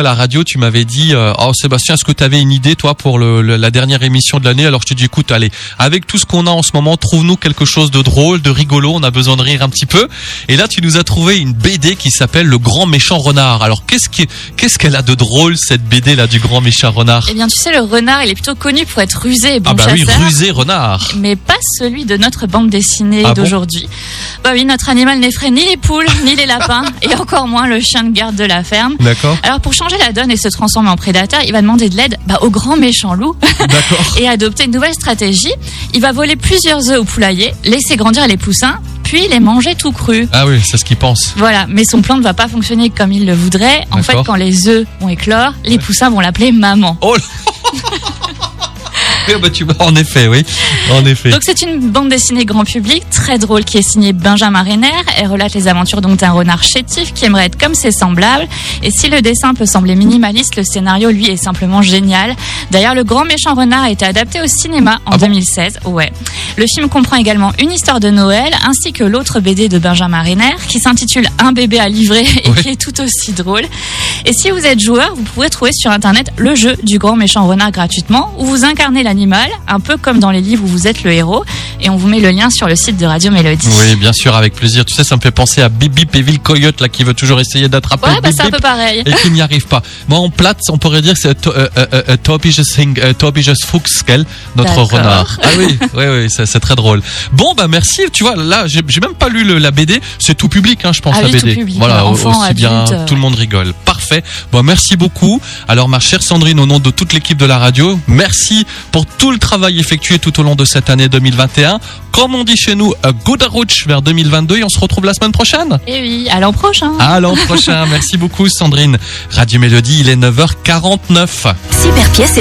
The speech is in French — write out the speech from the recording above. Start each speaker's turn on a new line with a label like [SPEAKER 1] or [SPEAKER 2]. [SPEAKER 1] À la radio, tu m'avais dit, euh, oh Sébastien, est-ce que tu avais une idée, toi, pour le, le- la dernière émission de l'année Alors je t'ai dit, écoute, allez, avec tout ce qu'on a en ce moment, trouve-nous quelque chose de drôle, de rigolo, on a besoin de rire un petit peu. Et là, tu nous as trouvé une BD qui s'appelle Le Grand Méchant Renard. Alors qu'est-ce qui- qu'est-ce qu'elle a de drôle, cette BD là du Grand Méchant Renard
[SPEAKER 2] Eh bien, tu sais, le renard, il est plutôt connu pour être rusé et bon
[SPEAKER 1] Ah bah oui,
[SPEAKER 2] chasseur.
[SPEAKER 1] rusé renard.
[SPEAKER 2] Mais pas celui de notre bande dessinée
[SPEAKER 1] Ah bon
[SPEAKER 2] d'aujourd'hui. bah oui, notre animal n'effraie ni les poules, ni les lapins, et encore moins le chien de garde de la ferme.
[SPEAKER 1] D'accord,
[SPEAKER 2] Alors pour changer la donne et se transformer en prédateur, il va demander de l'aide bah, au grand méchant loup
[SPEAKER 1] d'accord.
[SPEAKER 2] et adopter une nouvelle stratégie. Il va voler plusieurs œufs au poulailler, laisser grandir les poussins, puis les manger tout crus.
[SPEAKER 1] Ah oui, c'est ce qu'il pense.
[SPEAKER 2] Voilà, mais son plan ne va pas fonctionner comme il le voudrait. En fait,
[SPEAKER 1] D'accord.
[SPEAKER 2] quand les œufs vont éclore, les poussins vont l'appeler maman.
[SPEAKER 1] Oh là Oui, bah, tu... En effet, oui. En effet.
[SPEAKER 2] Donc c'est une bande dessinée grand public très drôle qui est signée Benjamin Renner. Elle relate les aventures donc d'un renard chétif qui aimerait être comme ses semblables. Et si le dessin peut sembler minimaliste, le scénario lui est simplement génial. D'ailleurs, le grand méchant renard a été adapté au cinéma en
[SPEAKER 1] Ah bon
[SPEAKER 2] 2016. Ouais. Le film comprend également une histoire de Noël ainsi que l'autre BD de Benjamin Renner qui s'intitule Un bébé à livrer et
[SPEAKER 1] Oui.
[SPEAKER 2] qui est tout aussi drôle. Et si vous êtes joueur, vous pouvez trouver sur internet le jeu du grand méchant renard gratuitement, où vous incarnez l'animal, un peu comme dans les livres où vous êtes le héros. Et on vous met le lien sur le site de Radio Mélodie.
[SPEAKER 1] Oui, bien sûr, avec plaisir. Tu sais, ça me fait penser à Bip Bip et Ville Coyote, là, qui veut toujours essayer d'attraper
[SPEAKER 2] Ouais, bah
[SPEAKER 1] Bip
[SPEAKER 2] c'est un
[SPEAKER 1] Bip
[SPEAKER 2] peu pareil.
[SPEAKER 1] et qui n'y arrive pas. Moi, en plate, on pourrait dire que c'est euh, euh, euh, euh, Tobisches Hing- euh, Tobisches Fuchskel, notre
[SPEAKER 2] D'accord.
[SPEAKER 1] renard. Ah oui, oui, oui, ça, c'est très drôle. Bon, bah merci. Tu vois, là, j'ai j'ai même pas lu le- la BD. C'est tout public, hein, je pense,
[SPEAKER 2] Ah
[SPEAKER 1] la
[SPEAKER 2] oui, tout
[SPEAKER 1] BD.
[SPEAKER 2] public.
[SPEAKER 1] Voilà,
[SPEAKER 2] Enfants,
[SPEAKER 1] aussi bien,
[SPEAKER 2] adultes, euh,
[SPEAKER 1] tout le monde rigole. Parfait. Bon, merci beaucoup. Alors, ma chère Sandrine, au nom de toute l'équipe de la radio, merci pour tout le travail effectué tout au long de cette année 2021. Comme on dit chez nous, a good route vers 2022 et on se retrouve la semaine prochaine.
[SPEAKER 2] Et Eh oui, à l'an prochain.
[SPEAKER 1] À l'an prochain. Merci beaucoup, Sandrine. Radio Mélodie, il est 9h49.
[SPEAKER 3] Cyberpièce